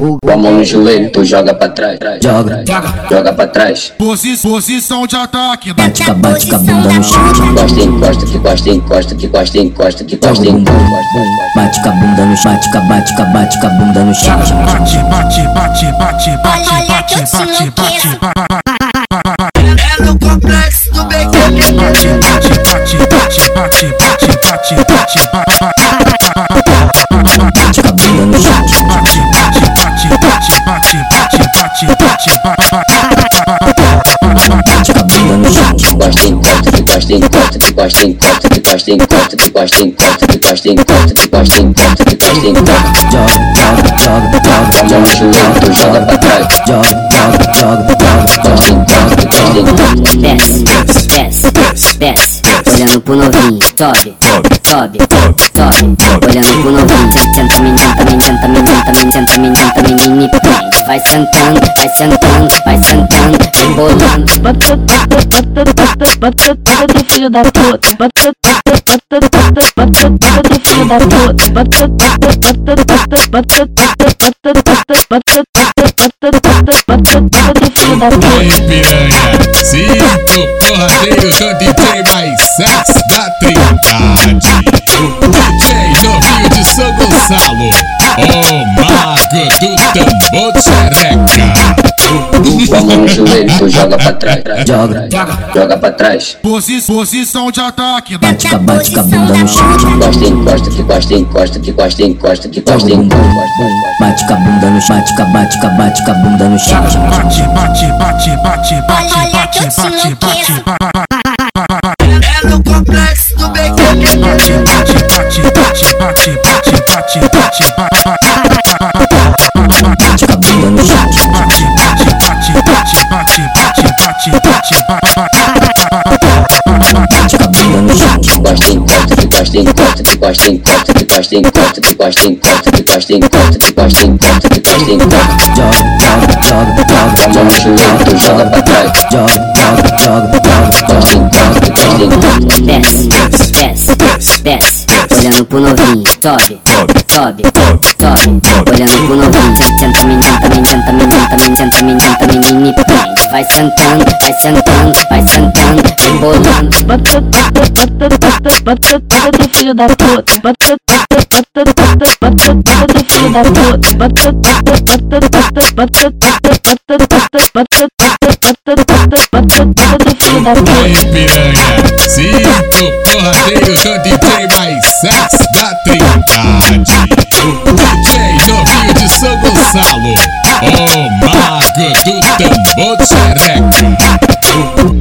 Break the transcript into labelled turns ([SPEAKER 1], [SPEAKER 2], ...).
[SPEAKER 1] Com a mão no joelho, tu joga pra trás. Joga, joga pra trás.
[SPEAKER 2] Posi- Posição de ataque.
[SPEAKER 3] Bate, bate com a bunda no chão.
[SPEAKER 1] Encosta, encosta, que encosta, encosta, que encosta, encosta, que encosta,
[SPEAKER 3] Joga o bumbum.
[SPEAKER 1] encosta, encosta.
[SPEAKER 3] Bate com a bunda no chão. Bate com a bate com a bate com a bunda no chão.
[SPEAKER 2] Bate, bate, bate, bate, bate, bate,
[SPEAKER 4] Olha, olha
[SPEAKER 2] bate,
[SPEAKER 4] que eu sou
[SPEAKER 2] bate, bate,
[SPEAKER 4] louqueira.
[SPEAKER 2] ba- ba- ba-
[SPEAKER 5] É no complexo do
[SPEAKER 2] bate,
[SPEAKER 5] BQB.
[SPEAKER 2] bate, bate, bate, bate, bate, bate, bate, ba- ba-
[SPEAKER 3] Bate com a bunda no chão.
[SPEAKER 2] bate, bate, bate, bate, bate, bate, bate, bate, ba- ba-
[SPEAKER 3] Bate com a bunda no chão.
[SPEAKER 1] Encosta, encosta, que encosta, encosta, que encosta, encosta, que encosta, encosta, que encosta, encosta, que encosta, encosta, que encosta, encosta, que encosta, encosta.
[SPEAKER 3] Joga, joga, joga,
[SPEAKER 1] Com a
[SPEAKER 3] joga,
[SPEAKER 1] mão no
[SPEAKER 3] joga.
[SPEAKER 1] joelho, tu joga pra trás.
[SPEAKER 3] Joga, joga, joga, joga,
[SPEAKER 1] Encosta,
[SPEAKER 3] joga.
[SPEAKER 1] encosta, encosta, encosta.
[SPEAKER 6] Desce, desce, desce, olhando pro novinho, sobe, sobe, sobe, olhando pro novinho, senta menina, menina, menina, menina, menina, menina, e vai sentando, vai sentando, vai sentando, vem bolando.
[SPEAKER 7] Bota, bota, bota, bota, bota, bota do filho da puta. Bota, bota, bota, bota, bota, bota do filho da puta. Bota, bota, bota, bota, bota, bota, bota, bota, bota, bota, bota, bota, bota, bota do filho da puta.
[SPEAKER 8] Oi piranha, sinto porradeiro, sou DJ mais sax da trindade O DJ novinho de São Gonçalo, o mago do tambor de
[SPEAKER 1] Com a
[SPEAKER 8] xereca
[SPEAKER 1] mão no joelho, tu joga pra trás. joga pra trás.
[SPEAKER 2] posi- Posição de ataque.
[SPEAKER 3] Bate com a bate com a bunda no chão.
[SPEAKER 1] Encosta, encosta, que encosta, encosta, que encosta, encosta, que encosta, encosta.
[SPEAKER 3] Bate com a bunda no chão. Bate com a bate com a bate com a bunda no chão.
[SPEAKER 2] Bate, bate, bate, bate, bate,
[SPEAKER 4] Olha, olha que
[SPEAKER 2] bate,
[SPEAKER 4] eu sou
[SPEAKER 2] bate, bate,
[SPEAKER 4] louqueira.
[SPEAKER 2] ba- ba-
[SPEAKER 5] É no complexo do BQB.
[SPEAKER 2] bate, bate, bate, bate, bate, bate, bate, bate, ba- ba-
[SPEAKER 3] Bate com a bunda no chão.
[SPEAKER 2] bate, bate, bate, bate, bate, bate, bate, bate, ba- ba-
[SPEAKER 3] Bate com a bunda no chão.
[SPEAKER 1] Encosta, encosta, que encosta, encosta, que encosta, encosta, que encosta, encosta, que encosta, encosta, que encosta, encosta, que encosta, encosta, que encosta, encosta.
[SPEAKER 3] Joga, joga,
[SPEAKER 1] Com a
[SPEAKER 3] joga,
[SPEAKER 1] mão no
[SPEAKER 3] joga,
[SPEAKER 1] joelho, tu joga pra trás.
[SPEAKER 3] joga, joga, joga, joga.
[SPEAKER 1] Encosta, encosta, que encosta, encosta.
[SPEAKER 6] Desce, desce, desce, olhando pro novinho, sobe, sobe, sobe, olhando pro novinho, senta menina, menina, menina, menina, menina, menina, e vai sentando, vai sentando, vai sentando, vem bolando.
[SPEAKER 7] Bota, bota, bota, bota, bota, bota do filho da puta. Bota, bota, bota, bota, bota, bota do filho da puta. Bota, bota, bota, bota, bota, bota, bota, bota, bota, bota, bota, bota, bota, bota do filho da puta.
[SPEAKER 8] Oi piranha, sinto porradeiro, sou DJ mais sax da trindade O DJ novinho de São Gonçalo, o mago do tambor de xereca